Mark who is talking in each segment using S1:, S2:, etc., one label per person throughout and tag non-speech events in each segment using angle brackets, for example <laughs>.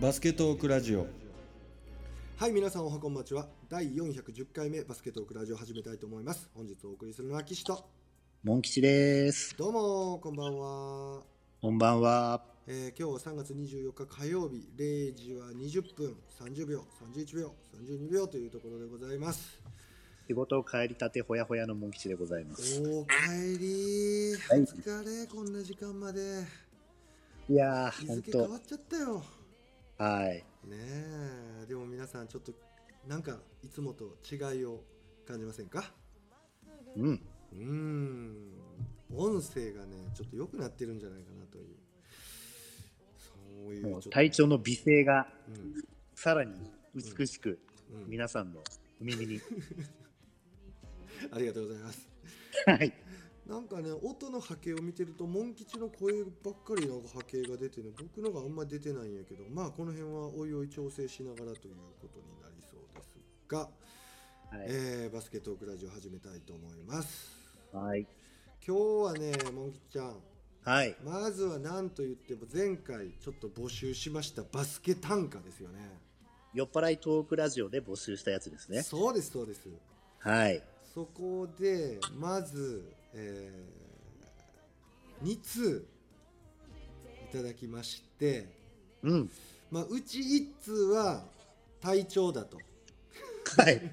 S1: バスケトークラジオ
S2: はい皆さんおはこんばんちは第410回目バスケットオークラジオ始めたいと思います本日お送りするのは岸と
S3: モン吉です。
S2: どうもこんばんは、
S3: こんばんは。
S2: えー、今日は3月24日火曜日0時は20分30秒31秒32秒というところでございます
S3: 仕事を帰りたてほやほやのモン吉でございます。
S2: おーかえりお
S3: はい
S2: 疲れこんな時間まで
S3: いやー、
S2: 日
S3: 本
S2: 付変
S3: 当
S2: わっちゃったよ
S3: はい。
S2: ねえでも皆さんちょっとなんかいつもと違いを感じませんか
S3: うん。
S2: うーん音声がねちょっと良くなってるんじゃないかなというそういう
S3: もう
S2: ちょっと
S3: 体調の美声が
S2: うん
S3: さらに美しく、
S2: うん
S3: 皆さんのお
S2: <laughs>
S3: 耳に。
S2: ありがとうございます
S3: はい。
S2: なんかね音の波形を見てるとモン吉の声ばっかりの波形が出てる僕のがあんま出てないんやけどまあこの辺はおいおい調整しながらということになりそうですが、
S3: はい。
S2: えーバスケットークラジオ始めたいと思います
S3: はい。
S2: 今日はねモン吉ちゃん
S3: はい。
S2: まずは何と言っても前回ちょっと募集しましたバスケ短歌ですよね
S3: 酔っ払いトークラジオで募集したやつですね。
S2: そうですそうです
S3: はい。
S2: そこでまず、え2通いただきまして、 <laughs>
S3: うん。
S2: まあ、うち1通は体調だと
S3: はい。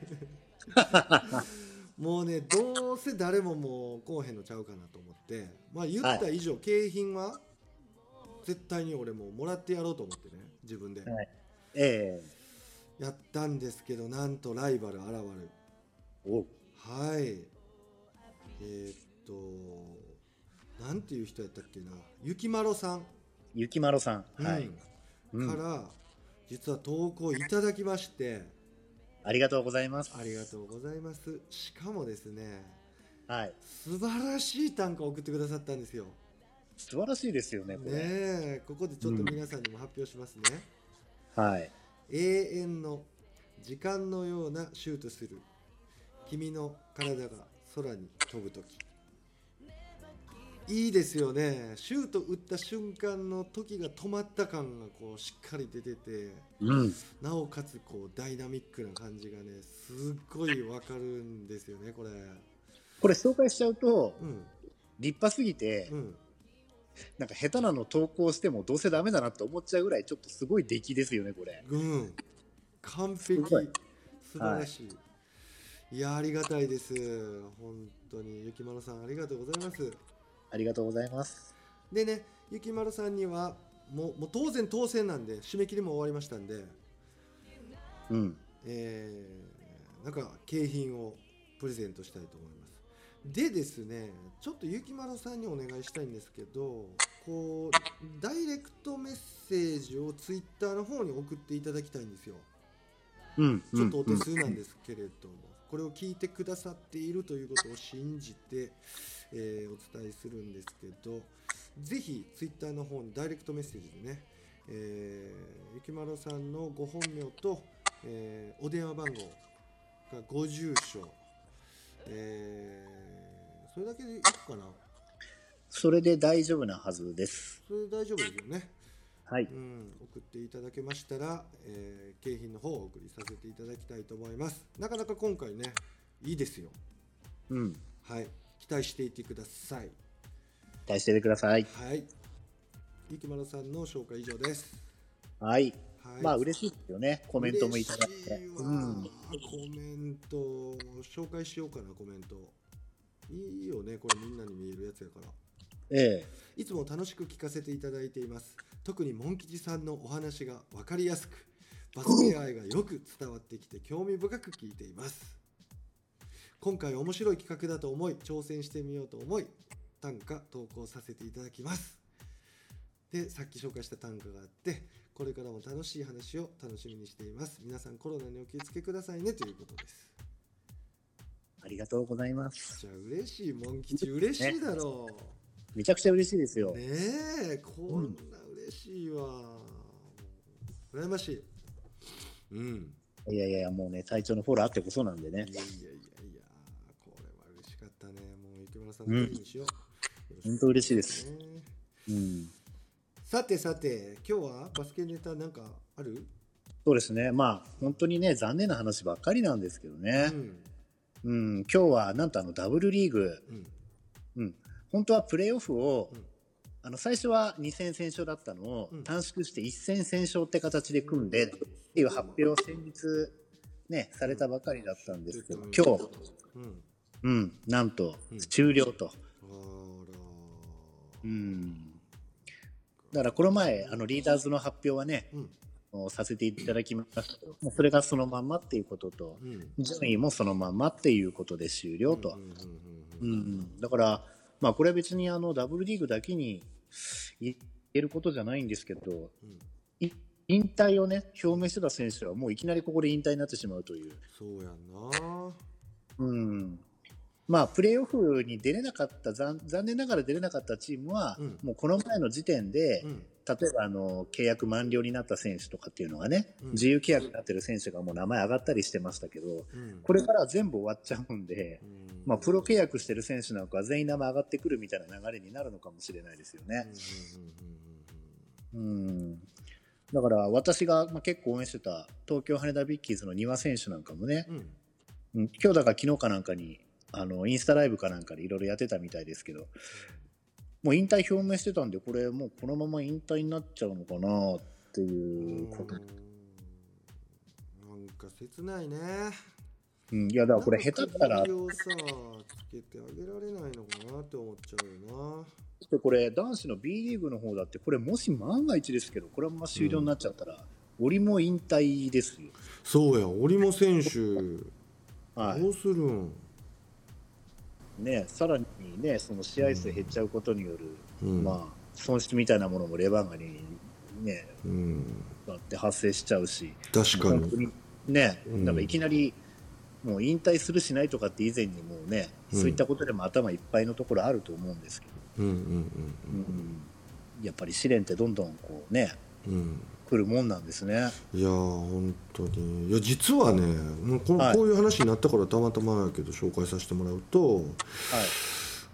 S2: もうねどうせ誰ももうこうへんのちゃうかなと思って、まあ、言った以上、景品は絶対に俺もうもらってやろうと思ってね自分で
S3: はいえ
S2: やったんですけどなんとライバル現る
S3: ー、お
S2: はい。えーっと、なんていう人やったっけな、ゆきまろさん、
S3: ゆきまろさん。はい。
S2: うん
S3: う
S2: か
S3: ん。
S2: ら、実は投稿いただきまして、
S3: ありがとうございます。
S2: ありがとうございます。しかもですね、
S3: はい。
S2: 素晴らしい短歌を送ってくださったんですよ。
S3: 素晴らしいですよね、
S2: ね
S3: これ。
S2: え、ここでちょっと皆さんにも発表しますね。
S3: はい。
S2: 永遠の時間のようなシュートする君の体が空に飛ぶ時いいですよねシュート打った瞬間の時が止まった感がこうしっかり出てて
S3: うん。
S2: なおかつこうダイナミックな感じがねすっごいわかるんですよねこれう
S3: これ紹介しちゃうと、
S2: ん
S3: 立派すぎて、
S2: うん
S3: なんか下手なの投稿してもどうせダメだなって思っちゃうぐらいちょっとすごい出来ですよねこれ
S2: うん完璧
S3: すごい
S2: 素晴らしい、い、やありがたいです本当にゆきまろさんありがとうございます
S3: ありがとうございます
S2: でね、ゆきまるさんにはもうもう当然当選なんで締め切りも終わりましたんで、
S3: うん
S2: えーなんか景品をプレゼントしたいと思います。でですね、ちょっとゆきまるさんにお願いしたいんですけど、こうダイレクトメッセージをツイッターの方に送っていただきたいんですよ。
S3: うん
S2: ちょっとお手数なんですけれども、これを聞いてくださっているということを信じて、えーお伝えするんですけど、ぜひツイッターの方にダイレクトメッセージでね、えー、ゆきまろさんのご本名と、えーお電話番号がご住所、えーそれだけでいくかな、
S3: それで大丈夫なはずです
S2: それで大丈夫ですよね。
S3: はい
S2: うん、送っていただけましたら、えー景品の方をお送りさせていただきたいと思いますなかなか今回ねいいですよ
S3: うん
S2: はい期待していてください
S3: 期待しててください
S2: はいゆきまろさんの紹介以上です
S3: はい、
S2: はい
S3: まあ嬉しいですよねコメントもいただいて
S2: 嬉しいわ
S3: うん
S2: コメント紹介しようかなコメントいいよねこれみんなに見えるやつやから
S3: ええ
S2: いつも楽しく聞かせていただいています。特にモン吉さんのお話が分かりやすく、バスケ愛がよく伝わってきて興味深く聞いています。今回面白い企画だと思い、挑戦してみようと思い、短歌投稿させていただきます。で、さっき紹介した短歌があって、これからも楽しい話を楽しみにしています。皆さんコロナにお気をつけくださいねということです。
S3: ありがとうございます
S2: じゃあ嬉しい、モン吉嬉しいだろう。
S3: めちゃくちゃ嬉しいですよ、
S2: ねえこんな嬉しいわ、羨ましいうん
S3: いやいやいやもうね体調のフォローあってこそなんでね
S2: いやいやいやいやこれは嬉しかったねもう池村さん
S3: うん
S2: のにしよう、よろしく
S3: 本当嬉しいです
S2: ね
S3: うん
S2: さてさて今日はバスケネタなんかある、
S3: そうですね。まあ、本当にね、残念な話ばっかりなんですけど
S2: う
S3: ね。
S2: ん
S3: うん、今日は、なんとあの、ダブルリーグ、
S2: うん
S3: うん、本当はプレーオフを、
S2: うん
S3: あの、最初は2戦先勝だったのを
S2: うん
S3: 短縮して1戦先勝って形で組んで、っていう発表を先日、ね、されたばかりだったんですけど、今日、
S2: うん、
S3: うん、なんと
S2: うん、
S3: 終了と。
S2: あら
S3: うん。だから、この前、あの、リーダーズの発表はね、
S2: うん
S3: あのさせていただきましたけど、もうそれがそのまんまっていうことと、
S2: うん
S3: 順位もそのまんまっていうことで終了と
S2: う。んうん
S3: う
S2: うんん
S3: う
S2: うん
S3: ん、だから、まあ、これは別にあのダブルリーグだけに言えることじゃないんですけど、
S2: うん
S3: い引退をね、表明してた選手は、もういきなりここで引退になってしまうという、
S2: そうやんな
S3: うんまあ、プレーオフに出れなかった残、残念ながら出れなかったチームは、
S2: うん
S3: もうこの前の時点で、
S2: うん
S3: 例えばあの契約満了になった選手とかっていうのがね、
S2: うん
S3: 自由契約になってる選手がもう名前上がったりしてましたけど、
S2: うん
S3: これからは全部終わっちゃうんで。
S2: うん
S3: まあ、プロ契約してる選手なんかは全員名前上がってくるみたいな流れになるのかもしれないですよ
S2: う
S3: ね。
S2: ん
S3: うん、だから私がまあ結構応援してた東京羽田ビッキーズの丹羽選手なんかもね、
S2: うんうんうんうん
S3: うん、今日だから昨日かなんかにあのインスタライブかなんかでいろいろやってたみたいですけどもう引退表明してたんでこれもうこのまま引退になっちゃうのかなっていうこと、
S2: なんか切ないね。
S3: うん、いやだからこれ下手った
S2: なん
S3: ら
S2: か首をさつけてあげられないのかなって思っちゃうよ
S3: これ男子の B リーグの方だってこれもし万が一ですけどこれも終了になっちゃったら、折も引退ですよ。
S2: な。そうや、折茂選手、
S3: はい
S2: どうするん、
S3: ね、さらにね、その試合数減っちゃうことによる、
S2: うん
S3: まあ、損失みたいなものもレバンガに、ね、
S2: うん、
S3: だって発生しちゃうし、
S2: 確か
S3: 本当
S2: に。
S3: にね、
S2: うん
S3: なんかいきなり、もう引退するしないとかって以前にもうね、
S2: うん
S3: そういったことでも頭いっぱいのところあると思うんですけど、
S2: うんうん
S3: やっぱり試練ってどんどんこうね、
S2: うんうんうん
S3: 来るもんなんですね。
S2: いやー本当にいや実はねもうこ,、
S3: はい
S2: こういう話になったからたまたまやけど紹介させてもらうと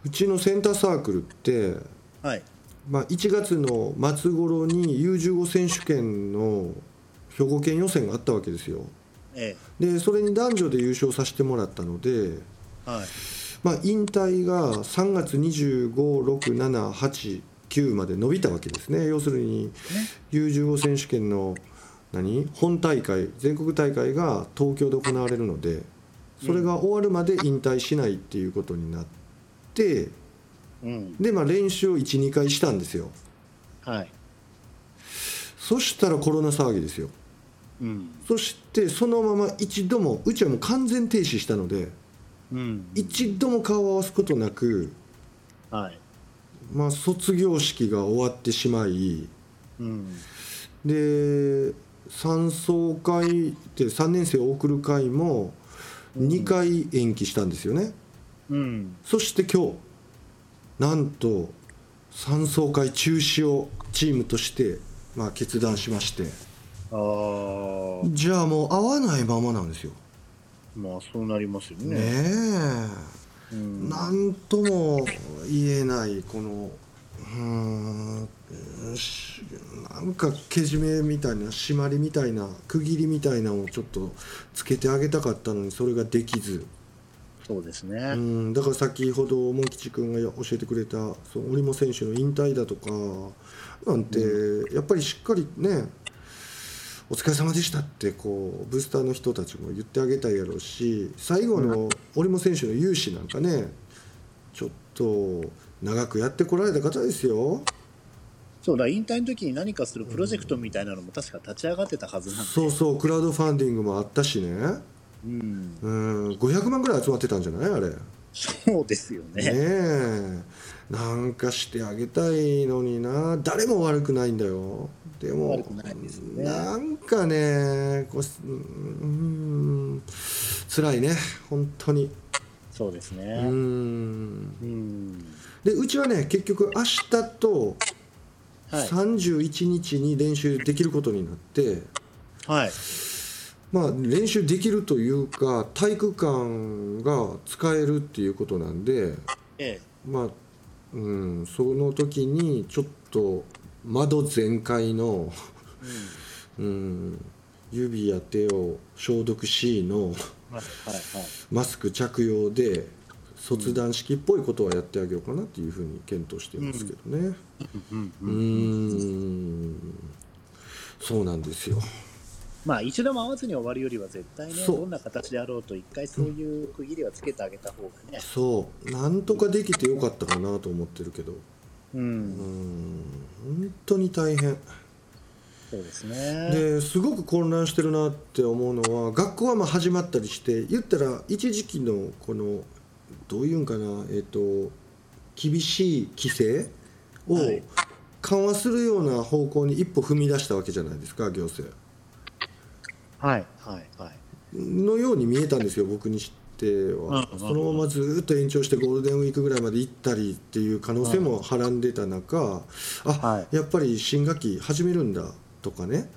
S2: うちのセンターサークルって
S3: はい。はい。
S2: まあ、1月の末頃に U15 選手権の兵庫県予選があったわけですよ
S3: え
S2: でそれに男女で優勝させてもらったので、
S3: え。はい。
S2: まあ、引退が3月25678まで伸びたわけですね要するに U15 選手権の何本大会全国大会が東京で行われるのでそれが終わるまで引退しないっていうことになって
S3: うん。
S2: で、まあ、練習を12回したんですよ
S3: はい。
S2: そしたらコロナ騒ぎですよ
S3: うん。
S2: そしてそのまま一度もうちはもう完全停止したので
S3: うん。
S2: 一度も顔を合わすことなく、
S3: はい。
S2: まあ、卒業式が終わってしまい
S3: うん。
S2: で三層会って3年生を送る会も2回延期したんですよね、
S3: うん。
S2: そして今日なんと三層会中止をチームとして、まあ、決断しまして
S3: ああ。
S2: じゃあもう会わないままなんですよ
S3: まあそうなりますよね。
S2: ねえ
S3: うん、
S2: なんとも言えないこのうーんしなんかけじめみたいな締まりみたいな区切りみたいなのをちょっとつけてあげたかったのにそれができず
S3: そうです
S2: う
S3: ね。
S2: んだから先ほど門吉君が教えてくれたその織茂選手の引退だとかなんてやっぱりしっかりねお疲れ様でしたってこうブースターの人たちも言ってあげたいやろうし最後の織茂選手の勇姿なんかねちょっと長くやってこられた方ですよ
S3: そうだ、引退の時に何かするプロジェクトみたいなのも確か立ち上がってたはずなんで。
S2: そうそうクラウドファンディングもあったしね
S3: うん、
S2: うん500万ぐらい集まってたんじゃないあれ。
S3: そうですよ
S2: ね
S3: ね。
S2: えなんかしてあげたいのにな誰も悪くないんだよでも
S3: 悪くないですよね
S2: なんかねこうすうーん辛いね本当に
S3: そうです
S2: う
S3: ね。
S2: ん
S3: うん。
S2: でうちはね結局明日と
S3: はい。
S2: 31日に練習できることになって、
S3: はい。
S2: まあ練習できるというか体育館が使えるっていうことなんで
S3: ええ。
S2: まあ、うん、その時にちょっと窓全開の、うん、指や手を消毒 C の
S3: はいはい
S2: マスク着用で卒団式っぽいことはやってあげようかなっていうふうに検討してますけどね。
S3: うん
S2: うーん、そうなんですよ。
S3: まあ一度も会わずに終わるよりは絶対ね
S2: そう
S3: どんな形であろうと一回そういう区切りはつけてあげた方がね
S2: そう、なんとかできてよかったかなと思ってるけど、
S3: うん、
S2: うーん、本当に大変。
S3: そうですね
S2: ですごく混乱してるなって思うのは学校はまあ始まったりして言ったら一時期のこのどういうんかなえっ、と厳しい規制を
S3: はい
S2: 緩和するような方向に一歩踏み出したわけじゃないですか行政
S3: はいはいはい
S2: のように見えたんですよ僕にしては
S3: うん
S2: そのままずーっと延長してゴールデンウィークぐらいまで行ったりっていう可能性もはらんでた中
S3: は
S2: あやっぱり新学期始めるんだとかね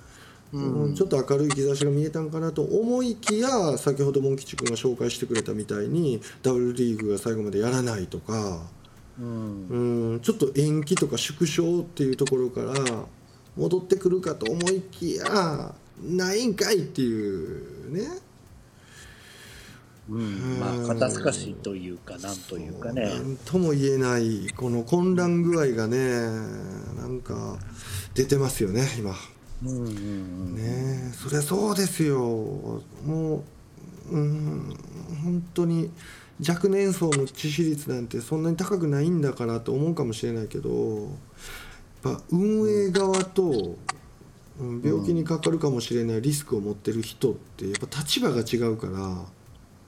S2: うん、ちょっと明るい兆しが見えたんかなと思いきや先ほどモン吉君が紹介してくれたみたいに W リーグが最後までやらないとか、
S3: うん
S2: うん、ちょっと延期とか縮小っていうところから戻ってくるかと思いきやないんかいっていうね
S3: うんまあ肩透かしというかなんというかね
S2: なんとも言えないこの混乱具合がねなんか出てますよね今。
S3: うんうんうん
S2: ねえそりゃそうですよもううん本当に若年層の致死率なんてそんなに高くないんだからと思うかもしれないけどやっぱ運営側と、うん、病気にかかるかもしれないリスクを持ってる人ってやっぱ立場が違うから、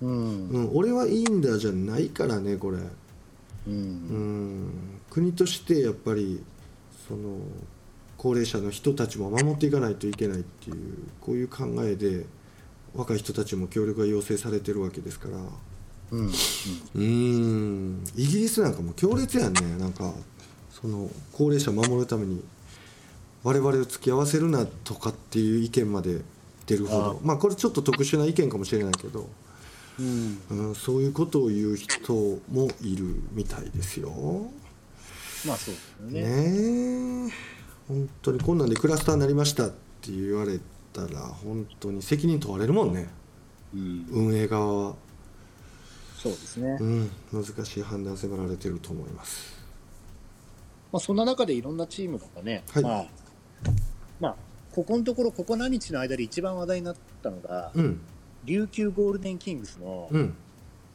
S3: うん
S2: うん、俺はいいんだじゃないからねこれ。
S3: う
S2: うんん国としてやっぱりその高齢者の人たちも守っていかないといけないっていうこういう考えで若い人たちも協力が要請されてるわけですから
S3: うん
S2: うんイギリスなんかも強烈やねなんかその高齢者守るために我々を付き合わせるなとかっていう意見まで出るほどまあこれちょっと特殊な意見かもしれないけど、
S3: うん
S2: うん、そういうことを言う人もいるみたいですよ。
S3: まあそうです
S2: ね
S3: よね
S2: え本当にこんなんでクラスターになりましたって言われたら本当に責任問われるもんね
S3: うん
S2: 運営側は、
S3: そうですね
S2: うん、難しい判断迫られてると思います
S3: まあ、そんな中でいろんなチームとかね、
S2: はい
S3: まあ、まあ、ここのところ、ここ何日の間で一番話題になったのが、
S2: うん
S3: 琉球ゴールデンキングスの,、
S2: うん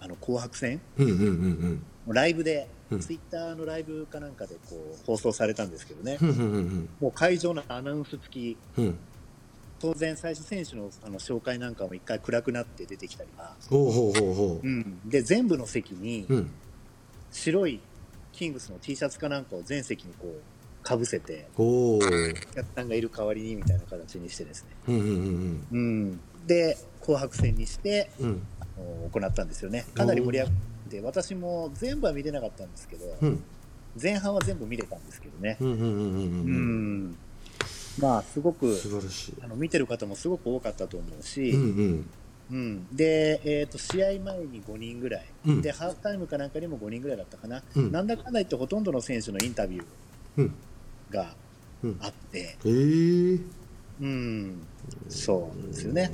S3: あの紅白戦、
S2: うんうんうん
S3: ライブで、
S2: うん
S3: ツイッターのライブかなんかでこう放送されたんですけどね、
S2: うんうんうんうん
S3: もう会場のアナウンス付き、
S2: うんうん
S3: 当然、最初、選手のあの紹介なんかも一回暗くなって出てきたりは、
S2: ほうほうほうほ
S3: で全部の席に
S2: ううん
S3: 白いキングスの T シャツかなんかを全席にこうかぶせて、
S2: おお
S3: お客さんがいる代わりにみたいな形にしてですね。
S2: うんうんうん
S3: うん、で紅白戦にして
S2: うんうん
S3: あの行ったんですよねかなり盛り上がって私も全部は見れなかったんですけど
S2: うん
S3: 前半は全部見れたんですけどね
S2: うんうんうん
S3: う
S2: うん
S3: んまあすご
S2: うん
S3: く
S2: 素晴らしい
S3: あの見てる方もすごく多かったと思うし、
S2: う
S3: うん
S2: ん
S3: で、えー、と試合前に5人ぐらい
S2: うんうん
S3: でハーフタイムかなんかにも5人ぐらいだったかな、
S2: うん
S3: なんだかんだ言ってほとんどの選手のインタビュ
S2: うん
S3: ーが
S2: うん
S3: あって、
S2: ええ
S3: うん、そうなんですよね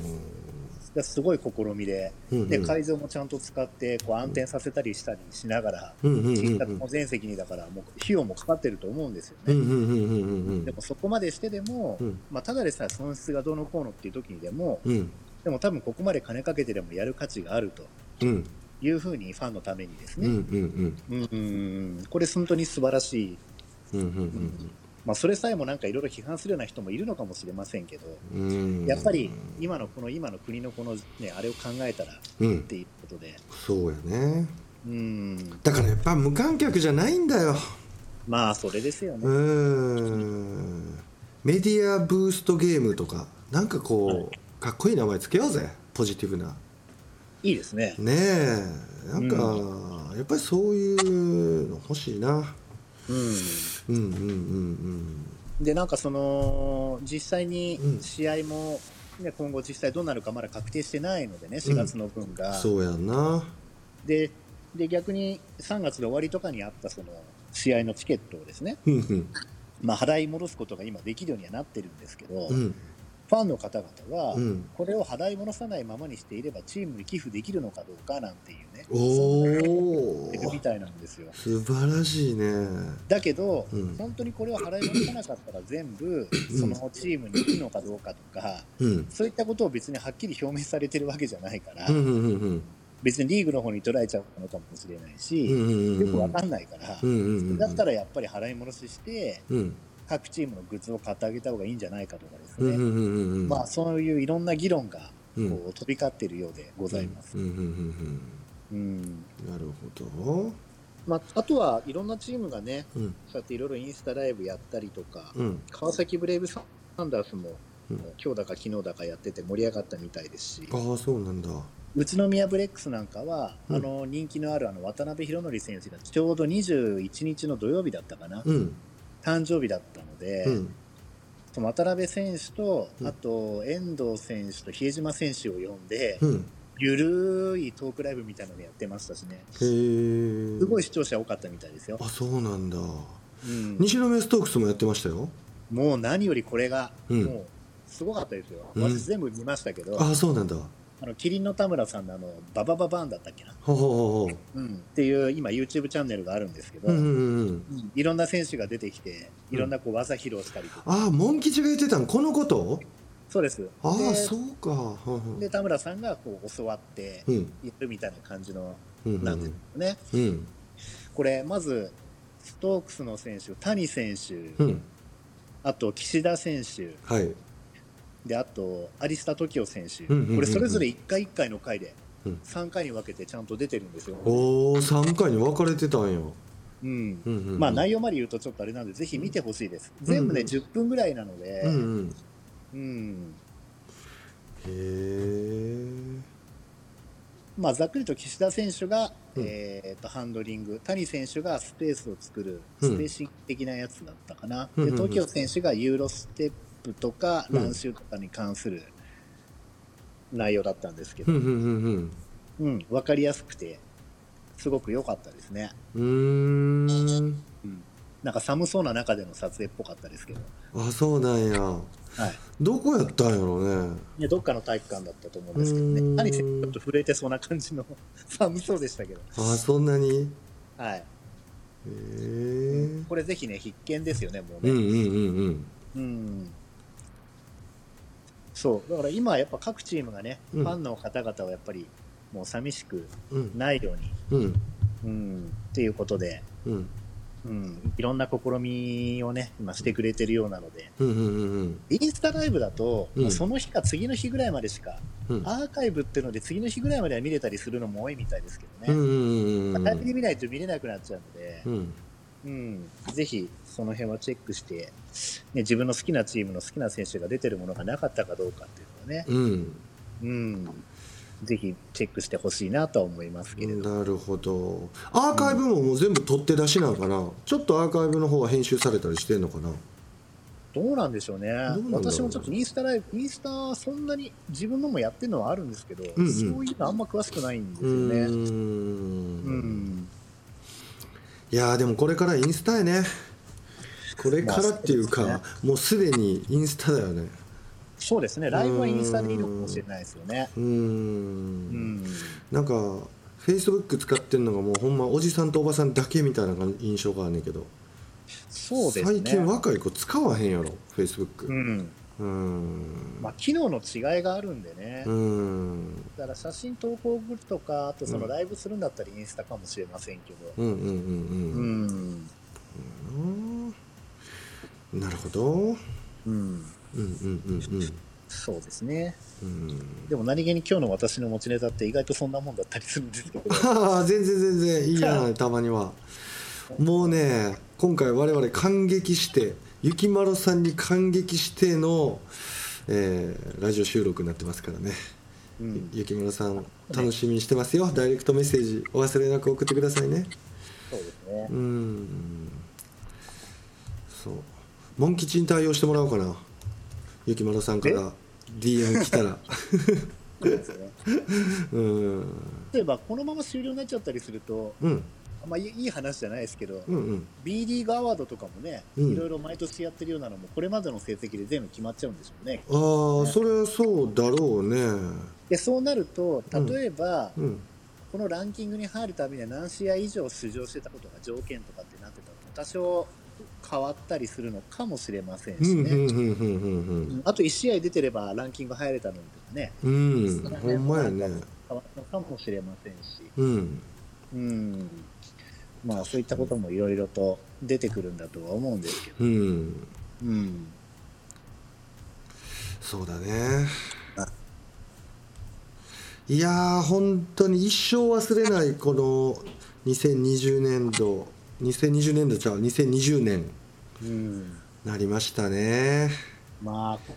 S3: すごい試みで
S2: うんうん
S3: で会場もちゃんと使ってこう暗転させたりしたりしながら、
S2: うんうんうんう
S3: T
S2: ん
S3: シャツも全席にだからもう費用もかかってると思うんですよ
S2: う
S3: ね、
S2: んうんうんうんうん
S3: でもそこまでしてでも、
S2: うん
S3: まあ、ただでさえ損失がどうのこうのっていう時にでも
S2: うん
S3: でも多分ここまで金かけてでもやる価値があると
S2: うん
S3: いうふうにファンのためにです
S2: うんう
S3: ね、
S2: ん
S3: うんうんうんこれ本当に素晴らしい、
S2: うんうん
S3: まあ、それさえもなんかいろいろ批判するような人もいるのかもしれませんけど
S2: うんうんうん
S3: やっぱり今のこの今の国のこの、ね、あれを考えたらっ
S2: うん
S3: ていうことで、
S2: そうやね
S3: うん、
S2: だからやっぱ無観客じゃないんだよ
S3: まあそれですよね
S2: う。ーんメディアブーストゲームとかなんかこうかっこいい名前つけようぜポジティブない
S3: いですね。
S2: ねえなんかやっぱりそういうの欲しいな
S3: う
S2: うんうんうん
S3: ん、で、なんかその、実際に
S2: うん
S3: 試合も、ね、今後実際どうなるかまだ確定してないのでね、4月の分
S2: う
S3: が。
S2: んそうやんな
S3: でで、逆に3月の終わりとかにあったその試合のチケットをですね、
S2: うんうん
S3: まあ、払い戻すことが今できるようにはなってるんですけど、
S2: う
S3: フ
S2: ん
S3: ァンの方々は、
S2: うん
S3: これを払い戻さないままにしていればチームに寄付できるのかどうかなんていうね、
S2: お
S3: 言ってるみ
S2: お
S3: たいなんですよ。
S2: 素晴らしいね
S3: だけど、
S2: うん
S3: 本当にこれを払い戻さなかったら全部
S2: うん
S3: そのチームに行くのかどうかとか、
S2: うん
S3: そういったことを別にはっきり表明されてるわけじゃないから、
S2: うんうんうん
S3: 別にリーグの方に捉えちゃうのかもしれない
S2: うんう
S3: し、
S2: んうん
S3: よくわかんないから、
S2: うんうんうん
S3: だったらやっぱり払い戻しして、
S2: うん
S3: 各チームのグッズを買ってあげた方がいいんじゃないかとかです
S2: うんうん
S3: ね、
S2: うんうんうん
S3: まあ、そういういろんな議論が
S2: うん
S3: こう飛び交っているようでございます。
S2: うんうんうん
S3: うん
S2: うんなるほ
S3: まあ、あとはいろんなチームがね、
S2: どうん
S3: そうやっていろいろインスタライブやったりとか、
S2: うん
S3: 川崎ブレイブサンダースも、
S2: うん
S3: 今日だか昨日だかやってて盛り上がったみたいですし、
S2: ああそうなんだ
S3: 宇都宮ブレックスなんかは、
S2: うん
S3: あの人気のあるあの渡辺宏典選手がちょうど21日の土曜日だったかな、
S2: うん
S3: 誕生日だったので、
S2: うん
S3: その渡辺選手と、
S2: うん
S3: あと遠藤選手と比江島選手を呼んで、
S2: うん
S3: ゆるいトークライブみたいなのやってましたしね、
S2: へえ
S3: すごい視聴者多かったみたいですよ。
S2: あそうなんだ
S3: うん
S2: 西宮ストークスもやってましたよ
S3: もう何よりこれが、
S2: うん
S3: もうすごかったですよ、
S2: うん
S3: 私、全部見ましたけど、
S2: ああそうなんだ
S3: あのキリンの田村さんのあのババババーンだったっけな、
S2: ほうほうほうほう
S3: っていう、今、YouTube チャンネルがあるんですけど、
S2: うんうんうんうん
S3: いろんな選手が出てきて、いろんなこう技披露したりとか、
S2: ああモン吉が言ってたのこのこと
S3: そうです、
S2: ああ
S3: で
S2: そうかはあはあ
S3: で田村さんがこう教わって
S2: うん
S3: いるみたいな感じの
S2: うんう
S3: なんです
S2: ん
S3: よね。
S2: うん
S3: これまずストークスの選手、谷選手、
S2: うん
S3: あと岸田選手、
S2: はい
S3: であとアリスタトキオ選手、
S2: うんうんうんうん
S3: これそれぞれ1回1回の回で
S2: うん
S3: 3回に分けてちゃんと出てるんですよ。
S2: おお3回に分かれてたんや
S3: う
S2: う
S3: ん
S2: んうんうん
S3: まあ、内容まで言うとちょっとあれなんで、ぜひ見てほしいです。全部ね、
S2: うん
S3: 10分ぐらいなので、
S2: うんうん
S3: うん
S2: へえ
S3: まあ、ざっくりと岸田選手が、
S2: うん
S3: えーとハンドリング、谷選手がスペースを作る、
S2: うん
S3: スペーシング的なやつだったかな、
S2: うんうん
S3: で
S2: うん
S3: 東京選手がユーロステップとか、
S2: うん
S3: 乱収とかに関する内容だったんですけ
S2: う
S3: ど、
S2: んうんうん
S3: うん、分かりやすくて、すごく良かったですね。
S2: うんうーん
S3: なんか寒そうな中での撮影っぽかったですけど、
S2: あそうなんや
S3: はい、
S2: どこやったんやろね
S3: ねどっかの体育館だったと思うんですけど
S2: うーん
S3: ね、谷選手、ちょっと震えてそうな感じの <laughs> 寒そうでしたけど、
S2: あそんなに
S3: はい、
S2: へえ
S3: これ、ぜひね、必見ですよね、もう
S2: う
S3: ね。
S2: んうんうんうん
S3: うんそう、だから今、やっぱ各チームがね、
S2: うん
S3: ファンの方々はやっぱり、もう寂しく
S2: うん
S3: ないように、
S2: うん
S3: うん、っていうことで、
S2: うん
S3: うん、いろんな試みをね、今してくれてるようなので、
S2: うんうんうん
S3: インスタライブだと、
S2: うん
S3: まあその日か次の日ぐらいまでしか、
S2: うん
S3: アーカイブっていうので、次の日ぐらいまでは見れたりするのも多いみたいですけ
S2: う
S3: ど
S2: んう
S3: ね、
S2: んうんうん
S3: 早めに見ないと見れなくなっちゃうので
S2: う、ん
S3: うん、ぜひその辺はチェックして、ね、自分の好きなチームの好きな選手が出てるものがなかったかどうかっていうのはね、
S2: うん
S3: うん、ぜひチェックしてほしいなとは思いますけれど、
S2: なるほどアーカイブももう全部取って出しなんかな、ちょっとアーカイブの方は編集されたりしてんのかな
S3: どうなんでしょうね
S2: うなんだろう
S3: 私もちょっとインスタライブ、インスタ、そんなに自分のもやってるのはあるんですけど、
S2: うんうん
S3: そういうのあんま詳しくないんです
S2: う
S3: よ
S2: ー
S3: ね。うんん
S2: いやーでもこれからインスタやねこれからっていうか、
S3: まあ
S2: もうすでにインスタだよね
S3: そうですね、ライブはインスタでいいのかもしれないですよね。
S2: うーん
S3: うん、
S2: なんかフェイスブック使ってんのがもうほんまおじさんとおばさんだけみたいな感じ印象があんねんけど、
S3: そうですね。
S2: 最近若い子使わへんやろフェイスブック
S3: うん
S2: うーん
S3: まあ、機能の違いがあるんでね。
S2: うーん
S3: だから写真投稿とか、あとそ
S2: うん
S3: のライブするんだったらインスタかもしれませんけど、
S2: うんうんうん
S3: う
S2: うん
S3: ん、
S2: うんなるほど
S3: うん、
S2: うんうんうんうん
S3: そうですね、
S2: うん
S3: でも何気に今日の私の持ちネタって意外とそんなもんだったりするんですけど、
S2: はあ全然全然いいやんたまにはもうね今回我々感激してゆきまろさんに感激しての、えーラジオ収録になってますからね
S3: うん、
S2: ゆきまろさん楽しみにしてますよダイレクトメッセージお忘れなく送ってくださいね
S3: そうですね
S2: う、んそうモン吉に対応してもらおうかなゆきまろさんから DM 来たら
S3: そうですね
S2: うん
S3: 例えばこのまま終了になっちゃったりすると、
S2: うん
S3: あまあいいいい話じゃないですけど、
S2: うんうん。
S3: B リーグアワードとかもね、
S2: うん
S3: いろいろ毎年やってるようなのも、これまでの成績で全部決まっちゃうんでしょうね。
S2: ああ、それはそうだろうね。
S3: で、そうなると、例えば、
S2: うん。
S3: このランキングに入るためには何試合以上出場してたことが条件とかってなってたら、多少変わったりするのかもしれません
S2: う
S3: し
S2: ん、
S3: ね。
S2: うん、うん、うん、うん、
S3: あと1試合出てればランキング入れたのにとかね、
S2: うん。うん、ほんまやね。
S3: 変わったのかもしれませんし、
S2: うん。
S3: うん、まあそういったこともいろいろと出てくるんだとは思うんですけど、
S2: うん。
S3: うん、
S2: そうだね
S3: あ。
S2: いやー、本当に一生忘れない、この2020年度、2020年度ちゃう、2020年
S3: うん、
S2: なりましたね。
S3: まあ、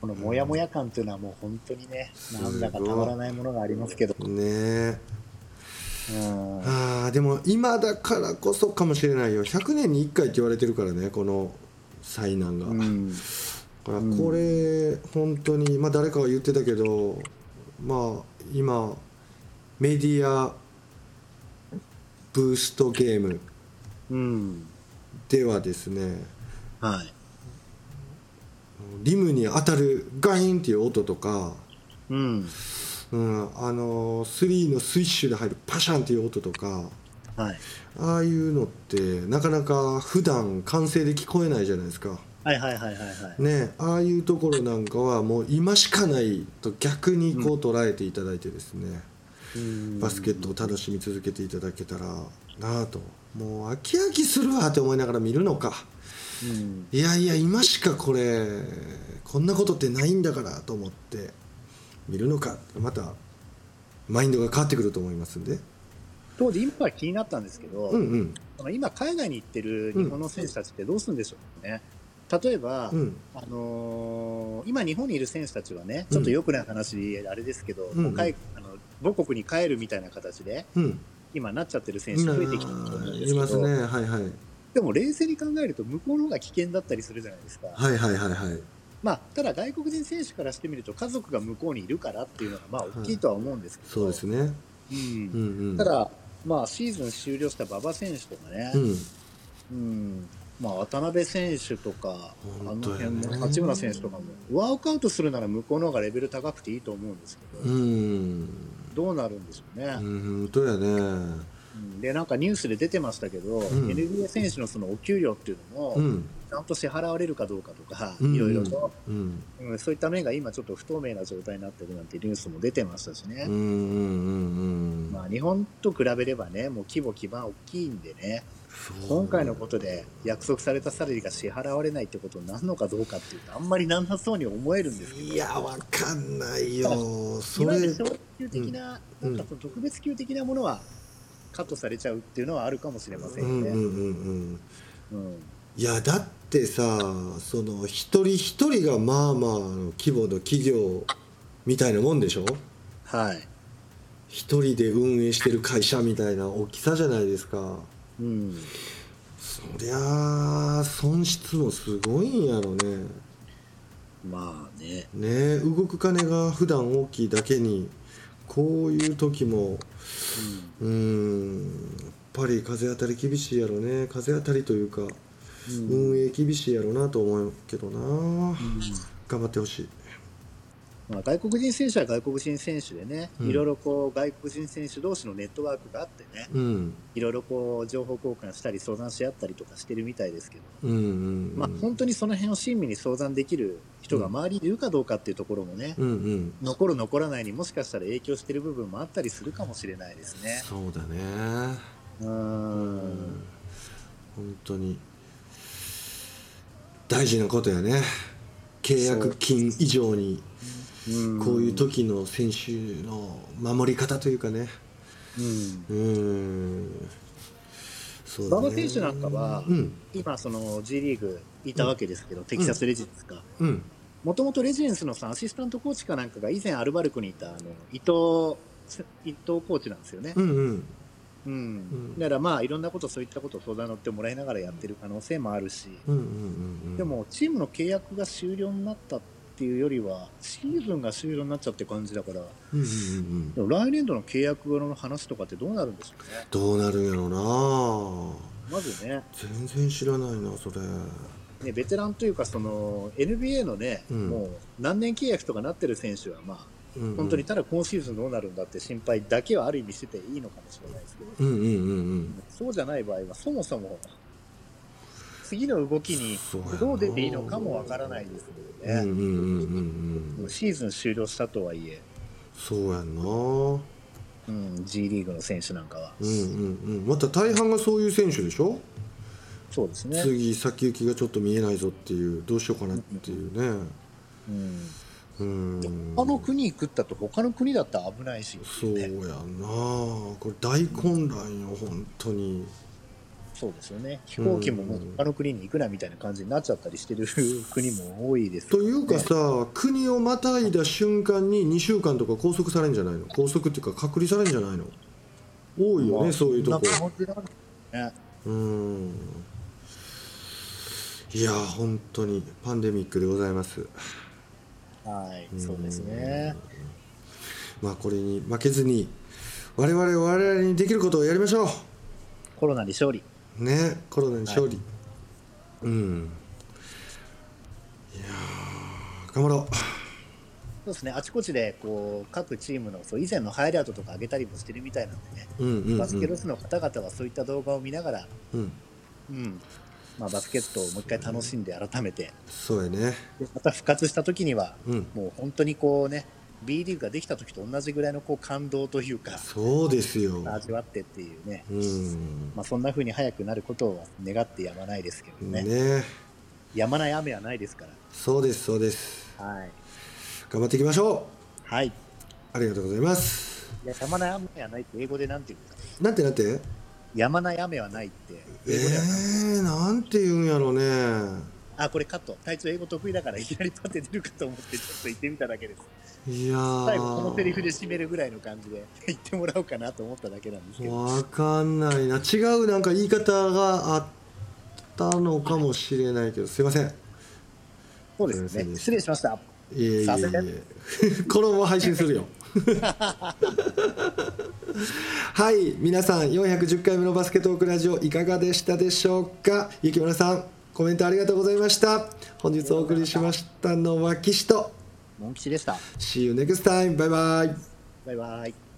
S3: このモヤモヤ感というのはもう本当にね、
S2: ごい
S3: なんだかたまらないものがありますけど、
S2: ねえ。
S3: うん、
S2: あーでも今だからこそかもしれないよ100年に1回って言われてるからねこの災難が、だ
S3: うん、
S2: から
S3: うん
S2: これ本当にまあ誰かが言ってたけどまあ今メディアブーストゲーム
S3: うん、
S2: ではですね
S3: はい、
S2: リムに当たるガインっていう音とか、
S3: うん、
S2: うん、あの3のスイッシュで入るパシャンっていう音とか
S3: はい、
S2: ああいうのってなかなか普段完成で聞こえないじゃないですか。
S3: はいはいはいはいはい、
S2: ね、ああいうところなんかはもう今しかないと逆にこう捉えていただいてですね、
S3: うん
S2: バスケットを楽しみ続けていただけたらなあともう飽き飽きするわって思いながら見るのか
S3: うん、
S2: いやいや今しかこれこんなことってないんだからと思って見るのかまたマインドが変わってくると思いますんで
S3: 当時、今気になったんですけど、
S2: うんうん
S3: その今、海外に行ってる日本の選手たちってどうするんでしょうね。例えば、
S2: うん
S3: あのー今、日本にいる選手たちはね、ちょっと良くない話、あれですけど、
S2: うん
S3: もう帰あの母国に帰るみたいな形で、
S2: うん
S3: 今、なっちゃってる選手
S2: 今
S3: 増えてきてると思うんです
S2: い
S3: けど、
S2: ますねはいはい
S3: でも冷静に考えると、向こうの方が危険だったりするじゃないですか、
S2: はいはいはいはい
S3: まあ、ただ外国人選手からしてみると、家族が向こうにいるからっていうのが、まあ、大きいとは思うんですけど、
S2: そうですね
S3: う
S2: うんんうん
S3: ただ、まあ、シーズン終了した馬場選手とかね、
S2: うん
S3: うんまあ、渡辺選手とか、あの
S2: 本当
S3: 辺
S2: やね
S3: も八村選手とかも、ワークアウトするなら向こうの方がレベル高くていいと思うんですけど、
S2: うん
S3: どうなるんでしょうね、
S2: うん、本当やね。
S3: うんでなんかニュースで出てましたけど、
S2: ん
S3: NBA 選手のそのお給料っていうのも、
S2: うん、
S3: ちゃんと支払われるかどうかとか、
S2: うん
S3: いろいろと、
S2: うん、
S3: うんそういった面が今、ちょっと不透明な状態になってるなんてニュースも出てましたし
S2: う
S3: ね
S2: ん、、うん、うん、
S3: まあ、日本と比べればね、もう規模、基盤大きいんでね、
S2: そう
S3: 今回のことで約束されたサラリーが支払われないってことになるのかどうかっていうとあんまりなんなそうに思えるんですけど
S2: いや、わかんないよ。そ
S3: いわゆ
S2: れ
S3: る、昇級的な,、
S2: うん
S3: なんかその特別級的なものはカットされちゃうっていうのはあるかもしれませ
S2: うん、うん、
S3: ん
S2: う
S3: よ
S2: ん
S3: ね。、
S2: うん。
S3: うん
S2: いや、だってさ、その一人一人がまあまあの規模の企業みたいなもんでしょ。
S3: はい、
S2: 一人で運営してる会社みたいな大きさじゃないですか。
S3: うん、
S2: そりゃあ損失もすごいんやろね。
S3: まあね
S2: ねえ動く金が普段大きいだけにこういう時もうーんやっぱり風当たり厳しいやろね風当たりというか
S3: うんうん
S2: 運営厳しいやろなと思うけどな頑張ってほしい
S3: まあ、外国人選手は外国人選手でね、
S2: うん
S3: いろいろこう外国人選手同士のネットワークがあってね、
S2: うん
S3: いろいろこう情報交換したり、相談し合ったりとかしてるみたいですけど、
S2: うんうん
S3: まあ、本当にその辺を親身に相談できる人が周りにいるかどうかっていうところもね、
S2: うんうん
S3: 残る残らないにもしかしたら影響してる部分もあったりするかもしれないですね。
S2: そうだね
S3: うー
S2: うん
S3: ん
S2: 本当に大事なことやね契約金以上にこういう、時の選手の守り方というかね
S3: うん
S2: うーんそうだ
S3: 馬
S2: ね
S3: 場選手なんかは、
S2: うん
S3: 今その G リーグいたわけですけど、テキサス・レジェンスか。
S2: うん
S3: もともとレジェンスのさアシスタントコーチかなんかが以前アルバルクにいたあの伊藤伊藤コーチなんですよね
S2: う。んうん
S3: うん
S2: うん
S3: だからまあいろんなことそういったことを相談乗ってもらいながらやってる可能性もあるし、
S2: うんうんうんうん
S3: でもチームの契約が終了になったっっていうよりは、シーズンが終了になっちゃって感じだから、
S2: うんうんうん
S3: でも来年度の契約の話とかってどうなるんでしょうね。
S2: どうなるんやろうな
S3: まずね、
S2: 全然知らないなそれ
S3: ねベテランというか、その NBA のね、
S2: うん
S3: もう何年契約とかなってる選手は、まあ、本当にただ今シーズンどうなるんだって心配だけはある意味してていいのかもしれないですけど、
S2: うんうんうん
S3: そうじゃない場合はそもそも次の動きに
S2: そうやな
S3: どう出ていいのかもわからないですけ
S2: うんうんう
S3: どね、
S2: んうんう
S3: も
S2: ん
S3: うシーズン終了したとはいえ、
S2: そうやんなうん
S3: うん、G リーグの選手なんかは、
S2: うんうんまた大半がそういう選手でしょ
S3: そうですね、
S2: 次先行きがちょっと見えないぞっていうどうしようかなっていうね
S3: うん、
S2: うん
S3: 他の国に食ったと他の国だったら危ないし、
S2: そうやなこれ大混乱よ本当に
S3: そうですよね飛行機ももう他の国に行くなみたいな感じになっちゃったりしてる国も多いですけ
S2: と
S3: どね
S2: いうかさ国をまたいだ瞬間に2週間とか拘束されんじゃないの拘束っていうか隔離されんじゃないの多いよ
S3: ま
S2: ね
S3: あ
S2: そういうとこ
S3: そんな感じなんですね
S2: うんいや本当にパンデミックでございます
S3: はい、そうですね。
S2: まあこれに負けずに我々我々にできることをやりましょ
S3: コロナに勝利。
S2: うねコロナに勝利、うんいやー頑張ろ
S3: そうですね、あちこちでこう各チームのそう以前のハイライトとか上げたりもしてるみたいなんでね、
S2: ううんうんうん
S3: バスケロスの方々はそういった動画を見ながら、
S2: うん
S3: うんまあ、バスケットをもう一回楽しんで改めて、
S2: そうやね
S3: でまた復活した時には、
S2: うん
S3: もう本当にこうね、B リーグができた時と同じぐらいのこう感動というか、
S2: そうですよ
S3: 味わってっていうね、
S2: うん
S3: まあ、そんな風に早くなることを願ってやまないですけどね、
S2: ね
S3: やまない雨はないですか
S2: そうですそうです
S3: ら、はい、
S2: 頑張っていきましょ
S3: はい、いう
S2: ありがとうございます
S3: ややまない雨はないって英語でなんて言うんですか
S2: なんてなんて
S3: やまない雨はないって、
S2: え
S3: 英語ではなんて
S2: ー、なんて言うんやろね
S3: あ、これカット。隊長英語得意だからいきなりパッて出るかと思ってちょっと言ってみただけです。
S2: いやー
S3: 最後このセリフで締めるぐらいの感じで <laughs> 言ってもらおうかなと思っただけなんですけど。
S2: わかんないな違うなんか言い方があったのかもしれないけどすいませんい
S3: そうですね。失礼しました。
S2: えいえい
S3: さすが
S2: えこのまま配信するよ <laughs> はい皆さん410回目のバスケトークラジオいかがでしたでしょうかゆきむらさんコメントありがとうございました本日お送りしましたのは岸と
S3: モン吉でした。
S2: See you next time バイバイ
S3: バイバイ。